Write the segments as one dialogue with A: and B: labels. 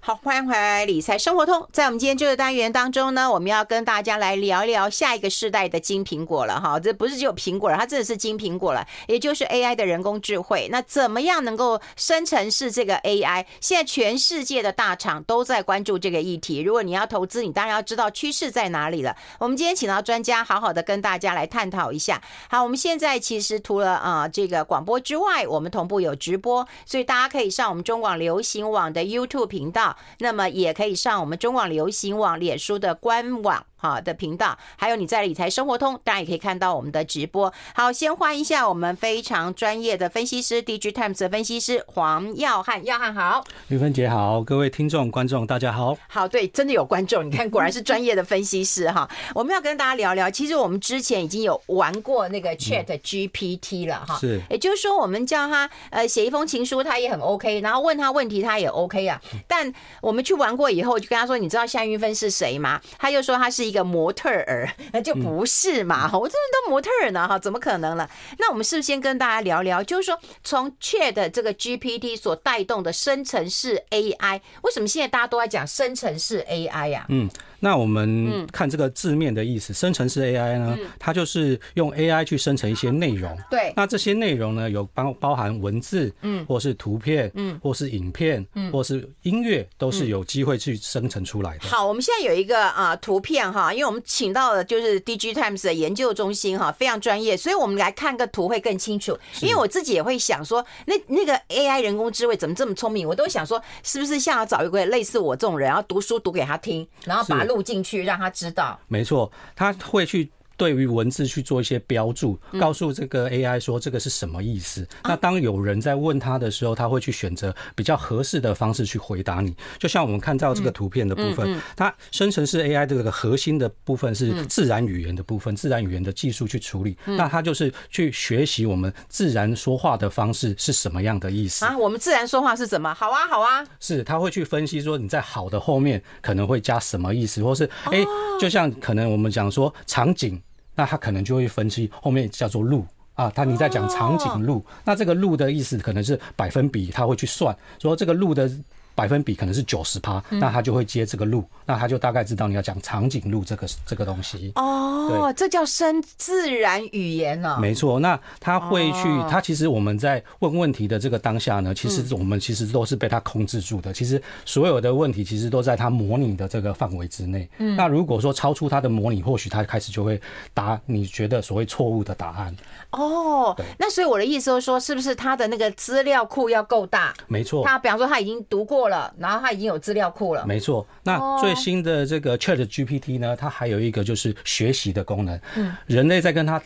A: 好，欢迎回来《理财生活通》。在我们今天这个单元当中呢，我们要跟大家来聊一聊下一个世代的金苹果了哈。这不是只有苹果了，它真的是金苹果了，也就是 AI 的人工智慧。那怎么样能够生成式这个 AI？现在全世界的大厂都在关注这个议题。如果你要投资，你当然要知道趋势在哪里了。我们今天请到专家，好好的跟大家来探讨一下。好，我们现在其实除了啊、呃、这个广播之外，我们同步有直播，所以大家可以上我们中广流行网的 YouTube 频道。那么也可以上我们中广流行网、脸书的官网哈的频道，还有你在理财生活通，当然也可以看到我们的直播。好，先欢迎一下我们非常专业的分析师，DG Times 的分析师黄耀汉，耀汉好，
B: 云芬姐好，各位听众观众大家好。
A: 好，对，真的有观众，你看果然是专业的分析师哈。 我们要跟大家聊聊，其实我们之前已经有玩过那个 Chat GPT 了哈，
B: 是
A: 也就是说我们叫他呃写一封情书，他也很 OK，然后问他问题他也 OK 啊，但我们去玩过以后，我就跟他说：“你知道夏云芬是谁吗？”他又说他是一个模特儿，那就不是嘛！我这人都模特儿呢，哈，怎么可能了？那我们是不是先跟大家聊聊，就是说从 Chat 这个 GPT 所带动的生成式 AI，为什么现在大家都在讲生成式啊 AI 呀、
B: 嗯，那我们看这个字面的意思，生成式 AI 呢，它就是用 AI 去生成一些内容。
A: 对，
B: 那这些内容呢，有包包含文字，嗯，或是图片，嗯，或是影片，嗯，或是音乐，都是有机会去生成出来的。
A: 好，我们现在有一个啊、图片哈，因为我们请到了就是 DG Times 的研究中心哈，非常专业，所以我们来看个图会更清楚。因为我自己也会想说，那那个 AI 人工智慧怎么这么聪明？我都想说，是不是像要找一个类似我这种人，要读书读给他听，然后把
B: 是
A: 录进去让他知道。
B: 没错，它会去。对于文字去做一些标注，告诉这个 AI 说这个是什么意思。那当有人在问他的时候，他会去选择比较合适的方式去回答你。就像我们看到这个图片的部分，它生成式 AI 的这个核心的部分是自然语言的部分，自然语言的技术去处理。那它就是去学习我们自然说话的方式是什么样的意思。
A: 啊，我们自然说话是怎么？好啊，好啊，
B: 是，他会去分析说你在好的后面可能会加什么意思，或是哎、诶就像可能我们讲说场景，那他可能就会分析后面叫做路。啊，他你在讲场景路，那这个路的意思可能是百分比，他会去算，说这个路的百分比可能是九十趴，那他就会接这个路，那他就大概知道你要讲场景路这个这个东西。
A: 哦，这叫生自然语言哦。
B: 没错，那他会去，他其实我们在问问题的这个当下呢，其实我们其实都是被他控制住的。其实所有的问题其实都在他模拟的这个范围之内。那如果说超出他的模拟，或许他开始就会答你觉得所谓错误的答案。
A: 哦，那所以我的意思就是说，是不是他的那个资料库要够大？
B: 没错，
A: 他比方说他已经读过了，然后他已经有资料库了。
B: 没错，那最新的这个 Chat GPT 呢，它还有一个就是学习的功能。嗯，人类在跟它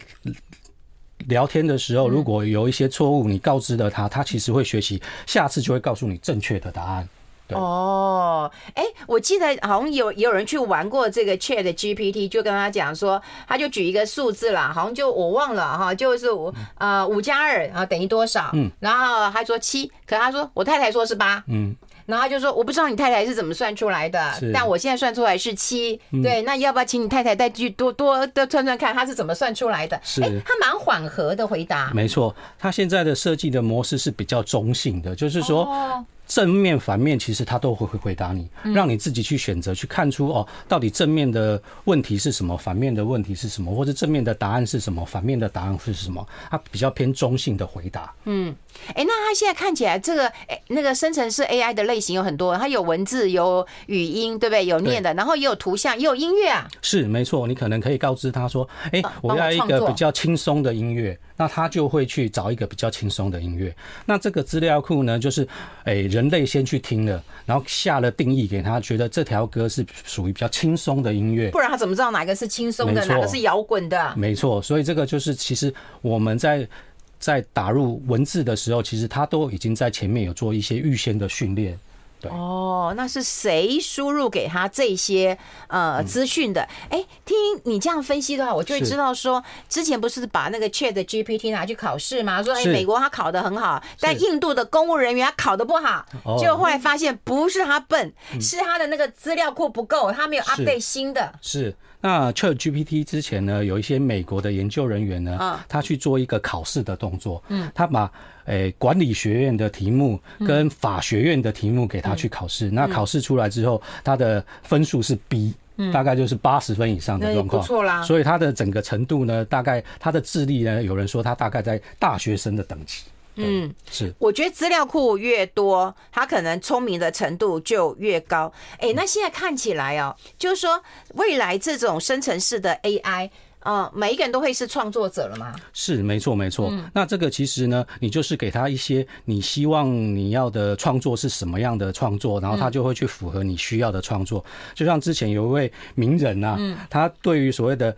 B: 聊天的时候，如果有一些错误，你告知了它，它其实会学习，下次就会告诉你正确的答案。对
A: 哦，哎，我记得好像有也有人去玩过这个 Chat GPT，就跟他讲说，他就举一个数字啦，好像就我忘了哈，就是五呃五加二啊等于多少？嗯，然后他说七，可他说我太太说是八，
B: 嗯，
A: 然后他就说我不知道你太太是怎么算出来的
B: 是，嗯
A: 但我现在算出来是七、对，那要不要请你太太再去多多多算算看她是怎么算出来的？
B: 是
A: 哎，他蛮缓和的回答，
B: 没错，它现在的设计的模式是比较中性的，就是说。正面、反面，其实它都会会回答你，让你自己去选择，去看出哦，到底正面的问题是什么，反面的问题是什么，或者正面的答案是什么，反面的答案是什么。它比较偏中性的回答。
A: 哎，那它现在看起来这个哎，那个生成式 AI 的类型有很多，它有文字，有语音，对不对？有念的，然后也有图像，也有音乐啊。
B: 是没错，你可能可以告知他说，哎、我
A: 嗯帮我
B: 要一
A: 创
B: 个
A: 作
B: 比较轻松的音乐，那他就会去找一个比较轻松的音乐。那这个资料库呢，就是哎、人类先去听了，然后下了定义给他，觉得这条歌是属于比较轻松的音乐。
A: 不然它怎么知道哪个是轻松的，
B: 没错嗯
A: 哪个是摇滚的？
B: 没错，所以这个就是其实我们在在打入文字的时候，其实他都已经在前面有做一些预先的训练。
A: 哦，那是谁输入给他这些呃资讯的？哎，听你这样分析的话，我就会
B: 嗯是
A: 知道说，之前不是把那个 Chat GPT 拿去考试吗？说哎，
B: 是
A: 美国他考得很好，但印度的公务人员他考得不好，
B: 哦嗯
A: 结果后来发现不是他笨，是他的那个资料库不够，他没有 update 新的。
B: 是，那 Chat GPT 之前呢，有一些美国的研究人员呢
A: 嗯，
B: 他去做一个考试的动作，嗯，他把诶、管理学院的题目
A: 嗯
B: 跟法学院的题目给他去考试，那考试出来之后，他的分数是 B。大概就是八十分以上
A: 嗯
B: 的
A: 那也
B: 状况，
A: 不错啊啦
B: 所以他的整个程度呢，大概他的智力呢，有人说他大概在大学生的等级。嗯，是。
A: 我觉得资料库越多，他可能聪明的程度就越高。
B: 嗯
A: 哎，那现在看起来哦，就是说未来这种生成式的 AI，呃，每一个人都会是创作者了嘛？
B: 是，没错，没错。那这个其实呢，你就是给他一些你希望你要的创作是什么样的创作，然后他就会去符合你需要的创作。就像之前有一位名人啊，他对于所谓的。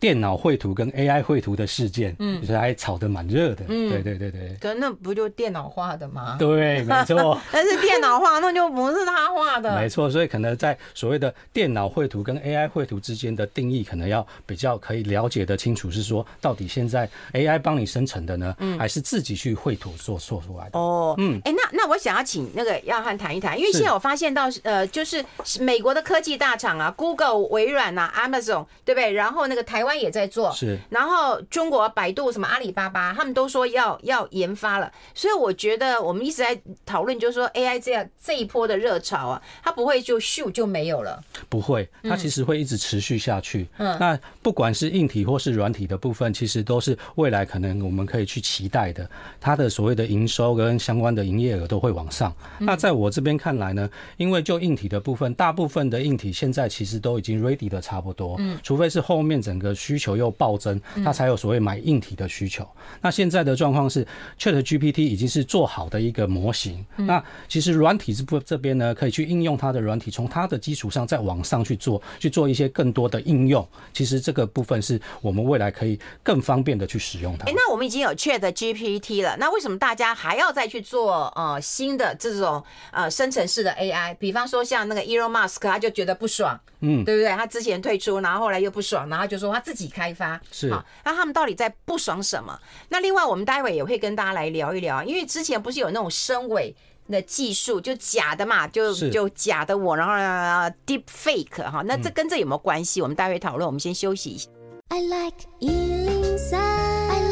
B: 电脑绘图跟 AI 绘图的事件，嗯，就是还吵得蛮热的，对对对对
A: 可那不就电脑画的吗？
B: 对，没错。
A: 但是电脑画那就不是他画的，
B: 没错，所以可能在所谓的电脑绘图跟 AI 绘图之间的定义，可能要比较可以了解的清楚，是说到底现在 AI 帮你生成的呢，还是自己去绘图所做出来的？
A: 哦，嗯，哎、那那我想要请那个耀汉谈一谈，因为
B: 是
A: 现在我发现到，呃，就是美国的科技大厂啊，Google、微软呐、啊、Amazon，对不对？然后那个台湾也在做，
B: 是
A: 然后中国百度、什么阿里巴巴，他们都说要要研发了，所以我觉得我们一直在讨论，就是说 AI 这样这一波的热潮啊，它不会就咻就没有了，
B: 不会，它其实会一直持续下去。嗯，那不管是硬体或是软体的部分，其实都是未来可能我们可以去期待的。它的所谓的营收跟相关的营业额都会往上。
A: 嗯
B: 那在我这边看来呢，因为就硬体的部分，大部分的硬体现在其实都已经 ready 的差不多。嗯，除非是后面整个需求又暴增，
A: 嗯
B: 它才有所谓买硬体的需求。那现在的状况是，Chat GPT 已经是做好的一个模型。
A: 嗯
B: 那其实软体这部这边呢，可以去应用它的软体，从它的基础上再往上去做，去做一些更多的应用。其实这个部分是我们未来可以更方便的去使用它
A: 哎、。那我们已经有 Chat GPT 了，那为什么大家还要再去做呃新的这种呃生成式的 AI？比方说像那个 Elon Musk，他就觉得不爽，嗯，对不对？他之前退出，然后后来又不爽，然后他就说他自己开发，
B: 是
A: 好那他们到底在不爽什么？那另外我们待会也会跟大家来聊一聊，因为之前不是有那种声伪。的技术就假的嘛，就是就假的我，然后呢 deep fake 哈，那这跟这有没有关系？我们待会讨论，我们先休息一下。
C: I like Ealing Sound. I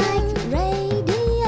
C: like radio.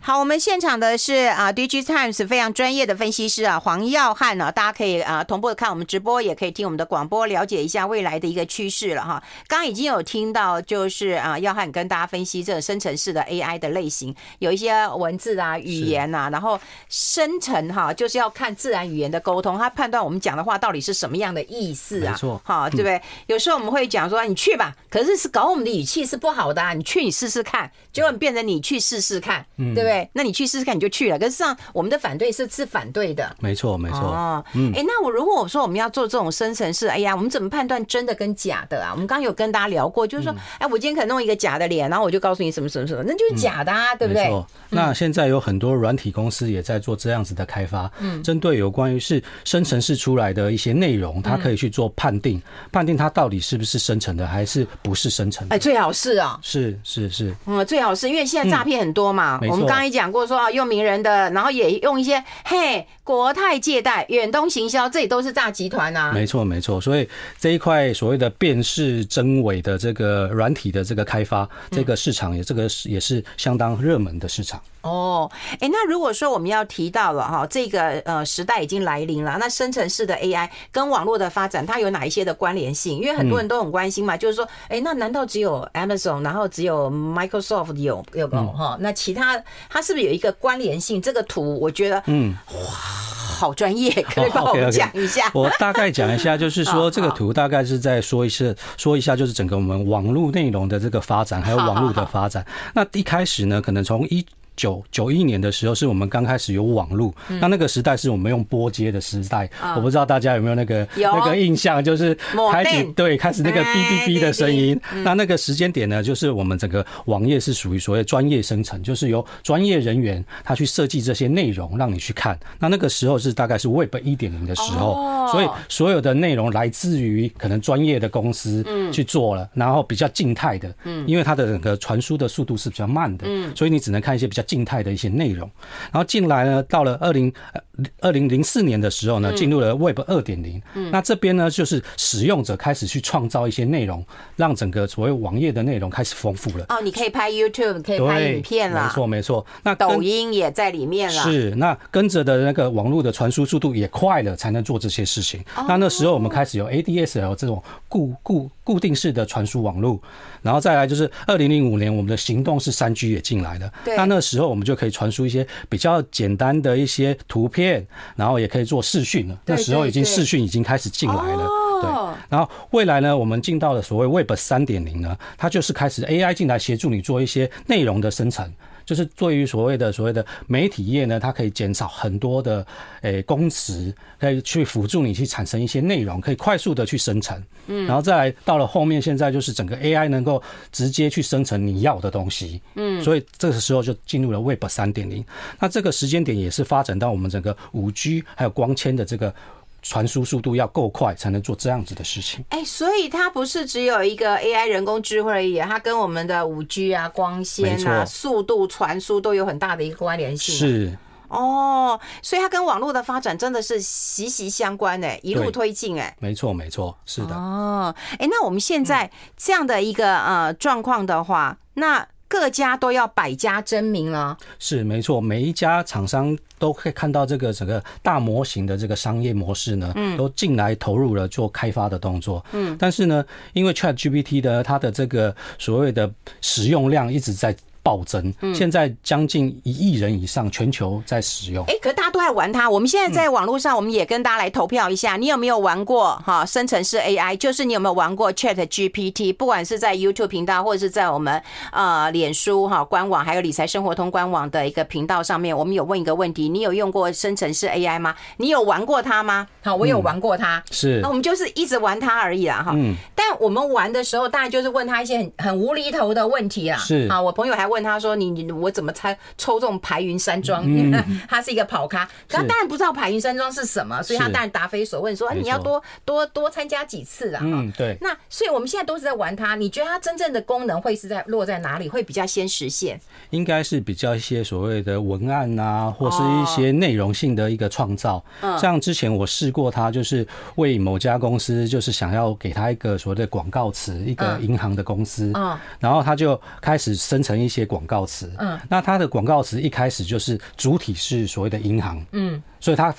A: 好，我们现场的是啊，DG Times 非常专业的分析师啊，黄耀汉啊，大家可以啊同步地看我们直播，也可以听我们的广播，了解一下未来的一个趋势了哈。刚刚已经有听到，就是啊，耀汉跟大家分析这个生成式的 AI 的类型，有一些文字啊、语言啊，然后生成哈、就是要看自然语言的沟通，他判断我们讲的话到底是什么样的意思啊，
B: 没错嗯
A: 哈，对不对？有时候我们会讲说你去吧，可是是搞我们的语气是不好的啊，你去你试试看，结果变成你去试试看，
B: 嗯
A: 对不对？那你去试试看你就去了，可是事实上我们的反对是是反对的。
B: 没错，没错。嗯
A: 哦，哎，那我如果我说我们要做这种生成式，哎呀，我们怎么判断真的跟假的啊？我们刚刚有跟大家聊过，
B: 嗯
A: 就是说，哎，我今天可能弄一个假的脸，然后我就告诉你什么什么什么，那就是假的啊，对不
B: 没
A: 对？
B: 错，那现在有很多软体公司也在做这样子的开发，嗯，针对有关于是生成式出来的一些内容，它可以去做判
A: 嗯
B: 定，判定它到底是不是生成的，还是不是生成的。
A: 哎，最好是哦，
B: 是是是，
A: 嗯，最好是因为现在诈骗很多嘛。
B: 没
A: 我们
B: 错
A: 刚刚也讲过说啊，用名人的，然后也用一些嘿国泰借贷、远东行销，这也都是大集团啊。
B: 没错没错。所以这一块所谓的辨识真伪的这个软体的这个开发，这个市场也这个是也是相当热门的市场。
A: 哦，哎、那如果说我们要提到了哈，这个呃时代已经来临了，那生成式的 AI 跟网络的发展，它有哪一些的关联性？因为很多人都很关心嘛，就是说，哎、那难道只有 Amazon，然后只有 Microsoft 有有有
B: 嗯
A: 哈、那其他它是不是有一个关联性？这个图我觉得，嗯，哇，好专业，可不可以帮我们
B: 哦 OK，OK
A: 讲一下。
B: 我大概讲一下，就是 说这个图大概是在说一次，说一下就是整个我们网络内容的这个发展，还有网络的发展。那一开始呢，可能从一。九九一年的时候，是我们刚开始有网络，
A: 嗯
B: 那那个时代是我们用拨接的时代。我不知道大家有没有那个
A: 啊有
B: 那个印象，就是
A: 某
B: 开始
A: 电
B: 对开始那个哔
A: 哎嗯
B: 哔哔的声
A: 哔哔哔
B: 音。音那那个时间点呢，就是我们整个网页是属于所谓专业生成，就是由专业人员他去设计这些内容让你去看。那那个时候是大概是 Web 一点零的时候
A: 哦，
B: 所以所有的内容来自于可能专业的公司去做了，然后比较静态的，
A: 嗯
B: 因为它的整个传输的速度是比较慢的，所以你只能看一些比较静态的一些内容。然后进来呢，到了二零呃二零零四年的时
A: 嗯
B: 候呢，进入了 Web 二点零。那这边呢，就是使用者开始去创造一些内容，让整个所谓网页的内容开始丰富了。
A: 哦，你可以拍 YouTube，可以拍
B: 对，
A: 影片
B: 没
A: 啦，
B: 错没错。那跟
A: 抖音也在里面啦。
B: 是，那跟着的那个网络的传输速度也快了，才能做这些事情。
A: 哦
B: 那那时候我们开始有 ADSL 这种固固固定式的传输网络，然后再来就是二零零五年我们的行动式三 G 也进来了
A: 对。
B: 那那时候我们就可以传输一些比较简单的一些图片，然后也可以做视讯了。
A: 对
B: 那时候已经
A: 对对
B: 视讯已经开始进来了。
A: 哦
B: 对，然后未来呢，我们进到了所谓 Web 三点零呢，它就是开始 AI 进来协助你做一些内容的生成。就是对于所谓的所谓的媒体业呢，它可以减少很多的诶、工时，可以去辅助你去产生一些内容，可以快速的去生成。嗯，然后再来到了后面，现在就是整个 AI 能够直接去生成你要的东西。嗯，所以这个时候就进入了 Web 三点零。那这个时间点也是发展到我们整个五 G 还有光纤的这个传输速度要够快，才能做这样子的事情。
A: 哎、所以它不是只有一个 AI 人工智慧而已，它跟我们的五 G 啊、光纤啊、
B: 没错
A: 速度传输都有很大的一个关联性、啊。
B: 是，
A: 哦，所以它跟网络的发展真的是息息相关哎、一路
B: 对
A: 推进哎、
B: 没错，没错，是的。
A: 哦，哎、那我们现
B: 嗯
A: 在这样的一个、呃状况的话，那各家都要百家争鸣了。
B: 是没错，每一家厂商都可以看到这个整个大模型的这个商业模式呢，都进来投入了做开发的动作。嗯，但是呢，因为 Chat GPT 的它的这个所谓的使用量一直在暴增，现在将近一亿人以上全球在使用。
A: 哎、可是大家都在玩它。我们现在在网络上，我们也跟大家来投票一下，你有没有玩过哈生成式 AI？就是你有没有玩过 Chat GPT？不管是在 YouTube 频道，或者是在我们呃脸书哈官网，还有理财生活通官网的一个频道上面，我们有问一个问题：你有用过生成式 AI 吗？你有玩过它吗？好，我有玩过它。
B: 是
A: 啊
B: 嗯
A: 那我们就是一直玩它而已啦，哈。但我们玩的时候，大家就是问他一些很很无厘头的问题啦。
B: 是
A: 啊，我朋友还问他说：“你你我怎么猜抽中白云山庄？”
B: 嗯
A: 他是一个跑咖，他当然不知道白云山庄是什么，所以他
B: 是
A: 当然答非所问说：“啊
B: 没错
A: 你要多多多参加几次啦。”哈。
B: 嗯，对。
A: 那所以我们现在都是在玩它，你觉得它真正的功能会是在落在哪里？会比较先实现？
B: 应该是比较一些所谓的文案
A: 哦
B: 啊，或是一些内容性的一个创造。
A: 嗯
B: 像之前我试过它，就是为某家公司，就是想要给他一个所谓的广告词，一个银行的公司，
A: 嗯
B: 然后他就开始生成一些广告词。
A: 嗯
B: 那它的广告词一开始就是主体是所谓的银行，嗯，所以它。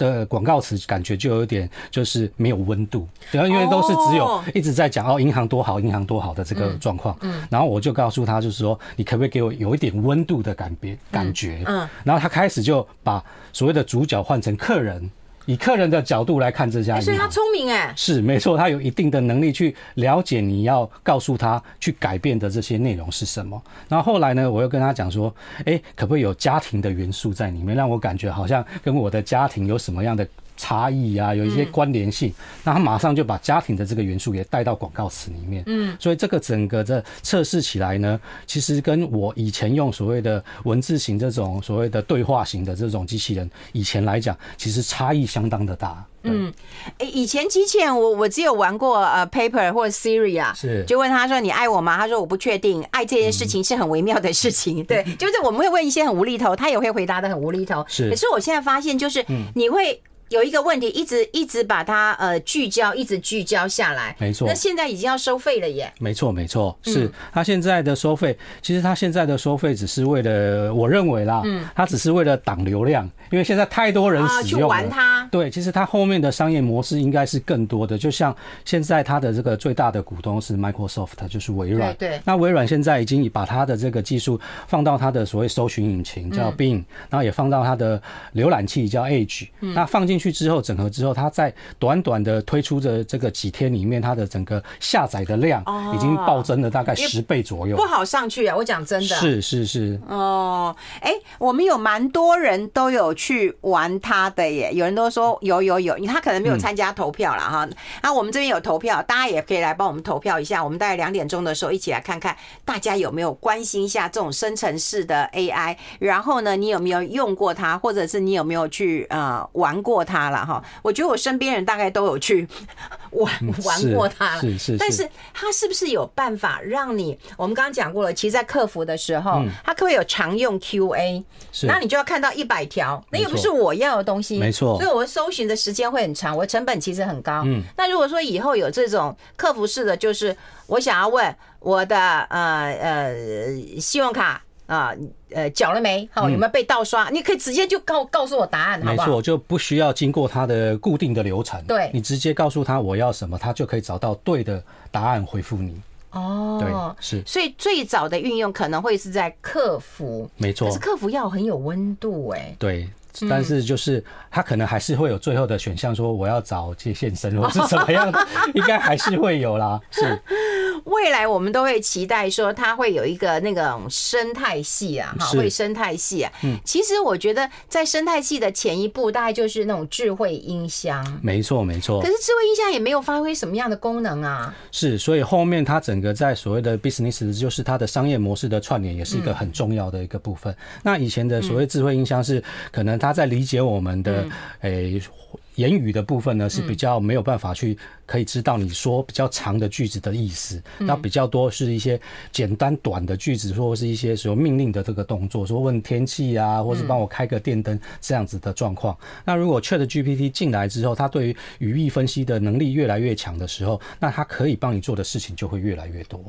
B: 的广告词感觉就有点就是没有温度，然后因为都是只有
A: 哦
B: 一直在讲哦银行多好，银行多好的这
A: 嗯
B: 个状况。然后我就告诉他，就是说你可不可以给我有一点温度的感别感觉？
A: 嗯
B: 然后他开始就把所谓的主角换成客人，以客人的角度来看这家
A: 哎所以
B: 银
A: 它
B: 行。
A: 聪明哎、
B: 是没错，他有一定的能力去了解你要告诉他去改变的这些内容是什么。然后后来呢，我又跟他讲说，哎、可不可以有家庭的元素在里面，让我感觉好像跟我的家庭有什么样的差异啊，有一些关联性。那他马上就把家庭的这个元素也带到广告词里面。嗯，所以这个整个的测试起来呢，其实跟我以前用所谓的文字型这种所谓的对话型的这种机器人，以前来讲，其实差异相当的大。嗯，
A: 诶哎以前机器人我我只有玩过呃 Paper 或者 Siri 啊，
B: 是
A: 就问他说你爱我吗？他说我不确定，爱这
B: 嗯
A: 件事情是很微妙的事 情，对，就是我们会问一些很无厘头，他也会回答的很无厘头。
B: 是嗯
A: 可是我现在发现就是你会。有一个问题，一直一直把它呃聚焦，一直聚焦下来。
B: 没错
A: 那现在已经要收费了耶。
B: 没错，没错，
A: 嗯
B: 是他现在的收费，其实他现在的收费只是为了，我认为啦，
A: 嗯
B: 他只是为了挡流量，因为现在太多人
A: 啊，去
B: 使用了。
A: 玩它。
B: 对，其实它后面的商业模式应该是更多的，就像现在它的这个最大的股东是 Microsoft，就是微软。
A: 对对
B: 那微软现在已经把它的这个技术放到它的所谓搜寻引擎
A: 嗯
B: 叫 Bing，、然后也放到它的浏览器叫 Edge、那
A: 嗯
B: 放进去之后，整合之后，它在短短的推出的这个几天里面，它的整个下载的量已经暴增了大概十倍左右
A: 哦不。好上去啊！我讲真的，
B: 是是是，
A: 哦，哎、我们有蛮多人都有去玩他的耶，有人都说有有有，他可能没有参加投票了哈。那我们这边有投票，大家也可以来帮我们投票一下。我们大概两点钟的时候一起来看看大家有没有关心一下这种生成式的 AI，然后呢，你有没有用过它，或者是你有没有去呃玩过它了哈。我觉得我身边人大概都有去 玩玩过它了。
B: 是是，
A: 但是它是不是有办法让你？我们刚刚讲过了，其实，在客服的时
B: 嗯
A: 候，它可不可以有常用 Q&A？
B: 是
A: 那你就要看到一百条，那
B: 没
A: 又不
B: 错
A: 是我要的东西，
B: 没错
A: 所以我搜寻的时间会很长，我成本其实很高。嗯，那如果说以后有这种客服式的，就是我想要问我的呃呃信用卡啊呃缴了没？好，有没有被盗刷？你可以直接就告告诉我答案，好
B: 嗯没
A: 不好？
B: 错，就不需要经过他的固定的流程，
A: 啊对
B: 你直接告诉他我要什么，他就可以找到对的答案回复你。对
A: 哦，，
B: 是
A: 所以最早的运用可能会是在客服，
B: 没
A: 可
B: 错
A: 是，客服要很有温度哎、
B: 对。但是就是他可能还是会有最后的选项，说我要找接线生 或是怎么样的，应该还是会有啦。是
A: 未来我们都会期待说它会有一个那种生态系啊，哈，
B: 是
A: 会生态系啊。其实我觉得在生态系的前一步，大概就是那种智慧音箱。
B: 没错没 错
A: 可。是智慧音箱也没有发挥什么样的功能啊！
B: 是，所以后面它整个在所谓的 business，就是它的商业模式的串联，也是一
A: 嗯
B: 个很重要的一个部分。那以前的所谓智慧音箱是，可能它在理解我们的
A: 嗯
B: 诶、言语的部分呢，是比较没有办法去可以知道你说比较长的句子的意思，那比较多是一些简单短的句子，或是一些所谓命令的这个动作，说问天气啊，或是帮我开个电灯这样子的状况。那如果 Chat GPT 进来之后，它对于语义分析的能力越来越强的时候，那它可以帮你做的事情就会越来越多。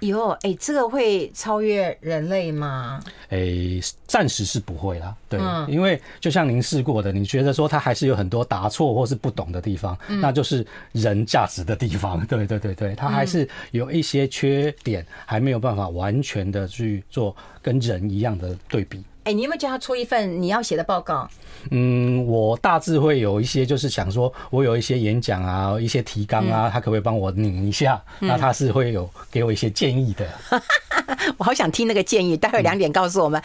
A: 哟，哎，这个会超越人类吗？
B: 诶、暂时是不会啦，对，
A: 嗯
B: 因为就像您试过的，你觉得说它还是有很多答错或是不懂的地方，那就是人价值的地方，对对对对，它还是有一些缺点，还没有办法完全的去做跟人一样的对比。
A: 哎，你有没有叫他出一份你要写的报告？
B: 嗯，我大致会有一些，就是想说，我有一些演讲啊，一些提纲啊，他可不可以帮我拧一下？那他是会有给我一些建议的。
A: 我好想听那个建议，待会两点告诉我们。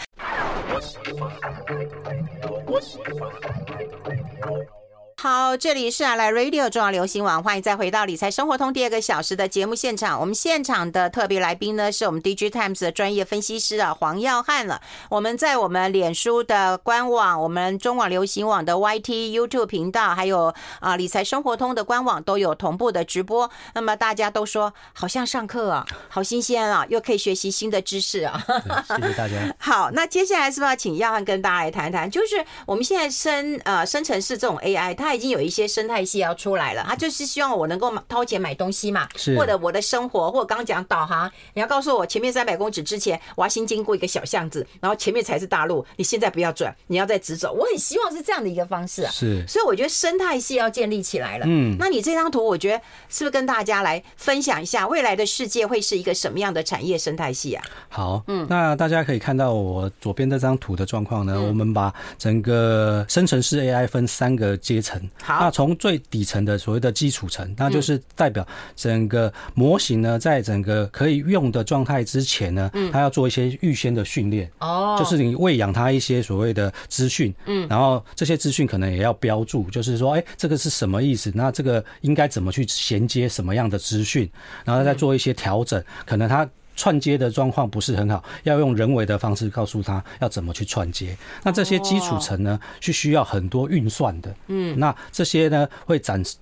A: 好，这里是啊来 Radio 中央流行网，欢迎再回到理财生活通第二个小时的节目现场。我们现场的特别来宾呢，是我们 DG Times 的专业分析师啊黄耀汉了。我们在我们脸书的官网、我们中网流行网的 YT、YouTube 频道，还有啊理财生活通的官网都有同步的直播。那么大家都说好像上课啊，好新鲜啊，又可以学习新的知识啊。
B: 对谢谢 大家。
A: 好，那接下来是不是要请耀汉跟大家来谈谈？就是我们现在生呃生成式这种 AI，它已经有一些生态系要出来了，它就是希望我能够买掏钱买东西嘛，
B: 是
A: 或者我的生活，或者刚刚讲导航，你要告诉我前面三百公尺之前，我要先经过一个小巷子，然后前面才是大路，你现在不要转，你要再直走。我很希望是这样的一个方式啊。
B: 是
A: 所以我觉得生态系要建立起来了。嗯，那你这张图，我觉得是不是跟大家来分享一下未来的世界会是一个什么样的产业生态系啊？
B: 好，嗯，那大家可以看到我左边这张图的状况呢，我们把整个生成式 AI 分三个阶层。
A: 好
B: 那从最底层的所谓的基础层，那就是代表整个模型呢，在整个可以用的状态之前呢，它要做一些预先的训练。
A: 哦
B: 就是你喂养它一些所谓的资讯，嗯，然后这些资讯可能也要标注，就是说，哎，这个是什么意思？那这个应该怎么去衔接什么样的资讯？然后再做一些调整，可能它。串接的状况不是很好，要用人为的方式告诉他要怎么去串接。那这些基础层呢，是需要很多运算的。哦嗯，那这些呢会展示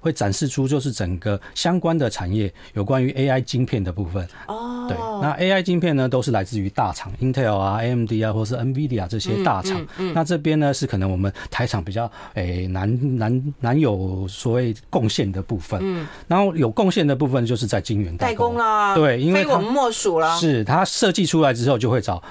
B: 会展示出就是整个相关的产业有关于 AI 晶片的部分。
A: 哦
B: 对，那 AI 晶片呢，都是来自于大厂，Intel 啊、AMD 啊，或是 NVIDIA 这些大
A: 嗯
B: 厂。那这边呢，是可能我们台厂比较诶、难难难有所谓贡献的部分。嗯，然后有贡献的部分就是在晶圆
A: 代
B: 工
A: 工啦，
B: 对因为
A: 非我
B: 它
A: 们莫属了。
B: 是它设计出来之后就会找。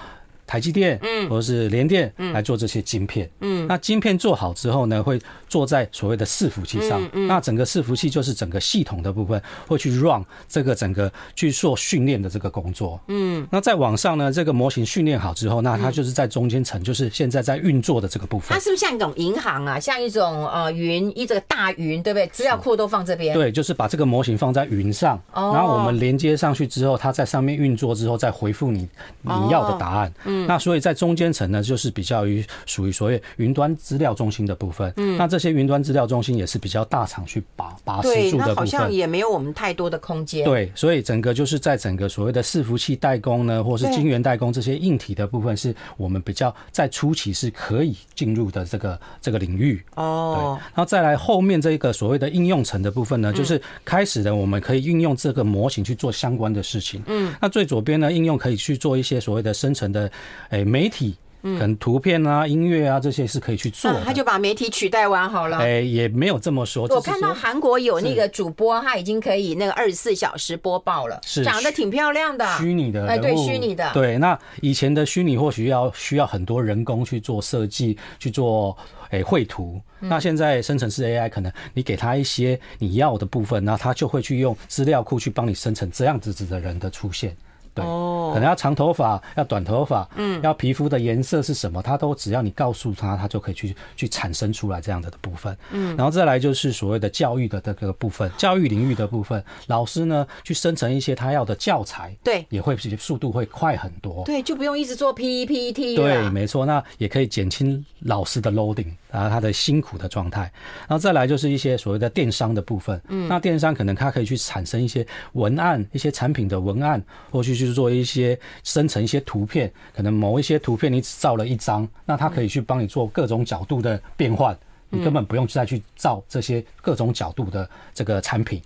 B: 台积电，嗯，或者是联电来做这些晶片，嗯，那晶片做好之后呢，会做在所谓的伺服器上，那整个伺服器就是整个系统的部分会去 run 这个整个去做训练的这个工作，嗯，那在网上呢，这个模型训练好之后，那它就是在中间层，就是现在在运作的这个部分
A: 它，是不是像一种银行啊，像一种呃云，一这个大云，对不对？资料库都放这边。
B: 对，就是把这个模型放在云上，
A: 哦哦
B: 然后我们连接上去之后，它在上面运作之后再回复你你要的答案。嗯，那所以在中间层呢，就是比较于属于所谓云端资料中心的部分。嗯，那这些云端资料中心也是比较大厂去把把持
A: 对，
B: 住的
A: 那
B: 部
A: 好像
B: 分。
A: 也没有我们太多的空间。
B: 对，所以整个就是在整个所谓的伺服器代工呢，或是晶圆代工这些硬体的部分，是我们比较在初期是可以进入的这个这个领域。对，
A: 哦，嗯
B: 然后再来后面这个所谓的应用层的部分呢，就是开始的我们可以运用这个模型去做相关的事情。嗯，那最左边呢，应用可以去做一些所谓的生成的，诶、媒体，可能图片啊、音乐啊这些是可以去做的。
A: 那他嗯就把媒体取代完好了。
B: 诶、也没有这么说，
A: 我
B: 只是
A: 看到
B: 说
A: 韩国有那个主播，他已经可以那个二十四小时播报了，
B: 是
A: 长得挺漂亮的，
B: 虚拟的
A: 哎，
B: 人
A: 对，
B: 物
A: 虚拟的，
B: 对，那以前的虚拟或许要需要很多人工去做设计，去做诶绘图。那现在生成式 AI 可能你给它一些你要的部分，然后它就会去用资料库去帮你生成这样子子的人的出现。对，
A: 哦
B: 可能要长头发，要短头发，嗯，要皮肤的颜色是什么，它都只要你告诉它，它就可以去去产生出来这样的的部分。嗯，然后再来就是所谓的教育的这个部分，教育领域的部分，老师呢去生成一些他要的教材，
A: 对
B: 也会比速度会快很多。
A: 对，就不用一直做 PPT
B: 对，
A: 了。
B: 没错，那也可以减轻老师的 loading，然后他的辛苦的状态。然后再来就是一些所谓的电商的部分，嗯，那电商可能它可以去产生一些文案、一些产品的文案，或去去做一些生成一些图片，可能某一些图片你只照了一张，那它可以去帮你做各种角度的变换。你根本不用再去造这些各种角度的这个产品，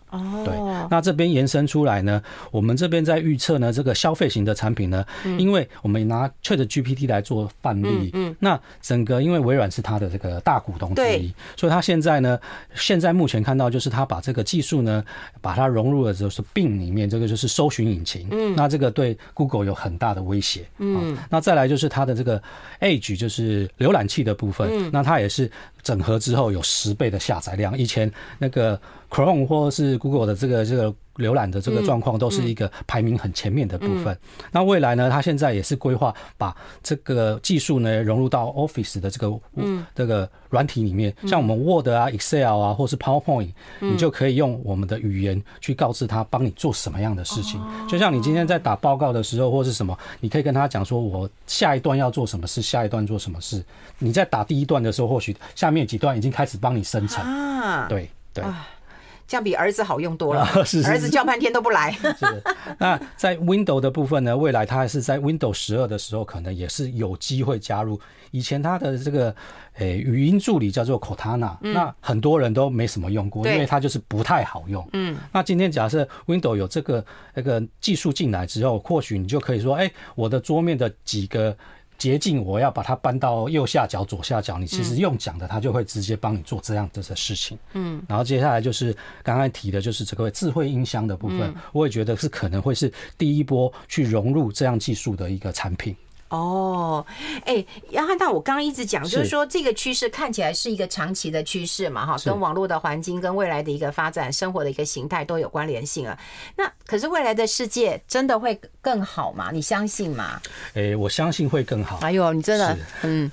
B: 对，
A: 哦
B: 那这边延伸出来呢，我们这边在预测呢，这个消费型的产品呢，因为我们拿 Chat GPT 来做范例，嗯，那整个因为微软是它的这个大股东之一
A: 对，
B: 所以它现在呢，现在目前看到就是它把这个技术呢，把它融入了就是 Bing 里面，这个就是搜寻引擎，嗯，那这个对 Google 有很大的威胁，嗯，那再来就是它的这个 Edge 就是浏览器的部分，那它也是整合之后有十倍的下载量，以前那个 Chrome 或是 Google 的这个这个浏览的这个状况，都是一个排名很前面的部分。那未来呢，它现在也是规划把这个技术呢融入到 Office 的这个这个软体里面，像我们 Word 啊、Excel 啊，或是 PowerPoint，你就可以用我们的语言去告知它帮你做什么样的事情。就像你今天在打报告的时候或是什么，你可以跟他讲说，我下一段要做什么事，下一段做什么事。你在打第一段的时候，或许下面几段已经开始帮你生成。
A: 啊，
B: 对对。
A: 这样比儿子好用多了。
B: 是是是
A: 儿子叫半天都不 来。
B: 是，那在 Windows 的部分呢，未来它还是在 Windows 十二的时候，可能也是有机会加入。以前它的这个诶、语音助理叫做 Cortana，、那很多人都没什么用过，
A: 对
B: 因为它就是不太好用。嗯，那今天假设 Windows 有这个那个技术进来之后，或许你就可以说，哎、我的桌面的几个。捷径，我要把它搬到右下角、左下角。你其实用讲的，它就会直接帮你做这样子的事情。嗯，然后接下来就是刚刚提的，就是这个智慧音箱的部分，我也觉得是可能会是第一波去融入这样技术的一个产品。
A: 哦，哎，杨汉大，我刚刚一直讲，就是
B: 是
A: 说这个趋势看起来是一个长期的趋势嘛，哈，
B: 是
A: 跟网络的环境、跟未来的一个发展、生活的一个形态都有关联性啊。那可是未来的世界真的会更好吗？你相信吗？
B: 诶，我相信会更好。
A: 哎呦，你真的
B: 是，
A: 嗯，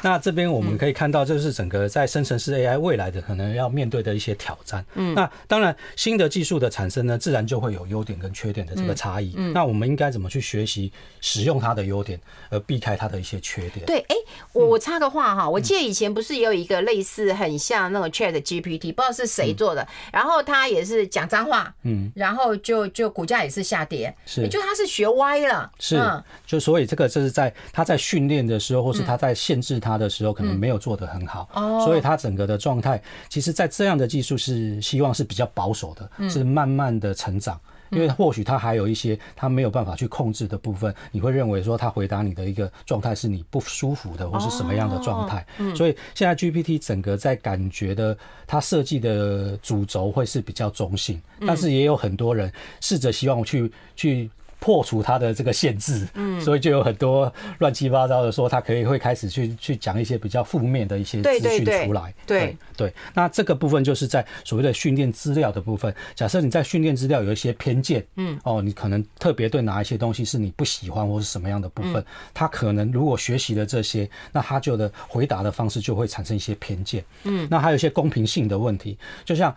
B: 那这边我们可以看到，就是整个在生成式 AI 未来的可能要面对的一些挑战。嗯，那当然，新的技术的产生呢，自然就会有优点跟缺点的这个差异。那我们应该怎么去学习使用它的优点，而避开它的一些缺点？
A: 对，哎、我
B: 嗯
A: 我插个话哈，我记得以前不是也有一个类似很像那种 Chat GPT，不知道是
B: 嗯
A: 谁做的，然后他也是讲脏话，嗯，然后就就股价也是下跌，
B: 是
A: 也就他是学歪了，
B: 是
A: 嗯，
B: 就所以这个就是在他在训练的时候，或是他在限制他的时候，可能没有做得很好，所以他整个的状态，其实，在这样的技术是希望是比较保守的，是慢慢的成长。因为或许他还有一些他没有办法去控制的部分，你会认为说他回答你的一个状态是你不舒服的，或是什么样的状态。
A: 嗯
B: 所以现在 GPT 整个在感觉的它设计的主轴会是比较中性，
A: 嗯
B: 但是也有很多人试着希望去去破除它的这个限制，嗯，所以就有很多乱七八糟的说，他可以会开始去去讲一些比较负面的一些
A: 对
B: 资
A: 对
B: 讯
A: 对
B: 出来，
A: 对
B: 对。那这个部分就是在所谓的训练资料的部分。假设你在训练资料有一些偏见，嗯，哦，你可能特别对哪一些东西是你不喜欢或是什么样的部分，他可能如果学习了这些，那他就的回答的方式就会产生一些偏见，嗯，那还有一些公平性的问题，就像。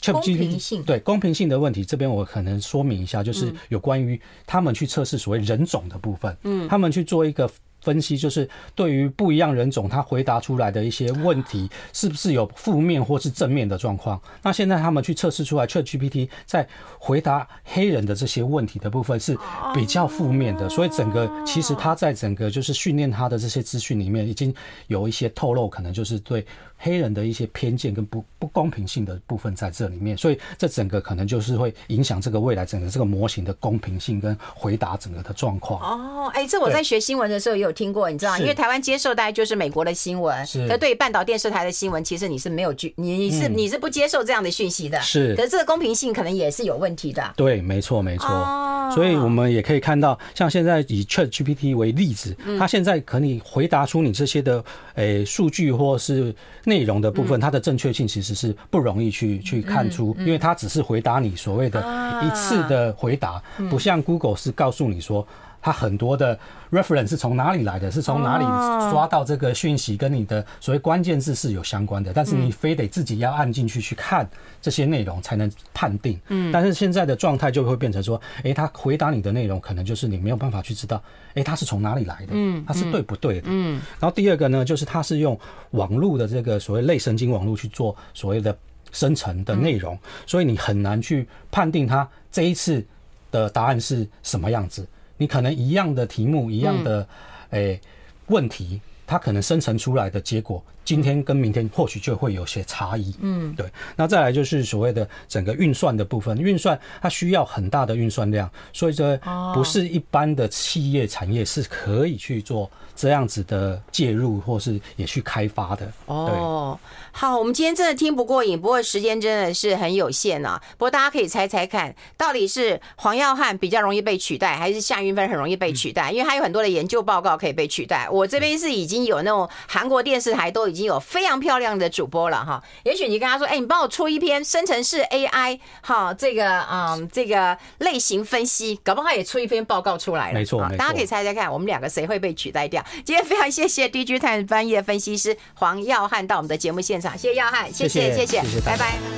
B: 公
D: 公平性嗯
B: 对公平性的问题，这边我可能说明一下，就是有关于他们去测试所谓人种的部分，嗯，他们去做一个分析，就是对于不一样人种，他回答出来的一些问题，是不是有负面或是正面的状况？那现在他们去测试出来，ChatGPT 在回答黑人的这些问题的部分是比较负面的，所以整个其实他在整个就是训练他的这些资讯里面，已经有一些透露，可能就是对黑人的一些偏见跟不不公平性的部分在这里面，所以这整个可能就是会影响这个未来整个这个模型的公平性跟回答整个的状况。
A: 哦，哎，这我在学新闻的时候也有听过，你知道，
B: 是
A: 因为台湾接受大概就是美国的新闻，
B: 是嗯
A: 可对于半岛电视台的新闻，其实你是没有去，你你是、你是不接受这样的讯息的，
B: 是
A: 可是这个公平性可能也是有问题的。
B: 对，没错，没错。
A: 哦
B: 所以我们也可以看到，像现在以 Chat GPT 为例子，它现在可以回答出你这些的诶数据或是内容的部分，它的正确性其实是不容易去去看出，因为它只是回答你所谓的一次的回答，不像 Google 是告诉你说。它很多的 reference 是从哪里来的？是从哪里抓到这个讯息？跟你的所谓关键字是有相关的，但是你非得自己要按进去去看这些内容才能判定。嗯，但是现在的状态就会变成说，诶，他回答你的内容可能就是你没有办法去知道，诶，他是从哪里来的？嗯，他是对不对的？嗯。然后第二个呢，就是他是用网络的这个所谓类神经网络去做所谓的生成的内容，所以你很难去判定它这一次的答案是什么样子。你可能一样的题目，一样的诶、问题，它可能生成出来的结果，今天跟明天或许就会有些差异。嗯，对。那再来就是所谓的整个运算的部分，运算它需要很大的运算量，所以这不是一般的企业产业是可以去做这样子的介入，或是也去开发的。对。
A: 哦，好，我们今天真的听不过瘾，不过时间真的是很有限啊。不过大家可以猜猜看，到底是黄耀汉比较容易被取代，还是夏云芬很容易被取
B: 嗯
A: 代？因为他有很多的研究报告可以被取代。我这边是已经有那种韩国电视台都已经有非常漂亮的主播了哈。也许你跟他说，哎、你帮我出一篇生成式 AI 哈，这个嗯这个类型分析，搞不好也出一篇报告出来了。
B: 没错
A: 啊
B: 没错
A: 大家可以猜猜看，我们两个谁会被取代掉？今天非常谢谢 DG 探专业分析师黄耀汉到我们的节目现场，谢谢耀汉，谢
B: 谢谢
A: 谢谢
B: 谢谢大
A: 拜
B: 家
A: 拜。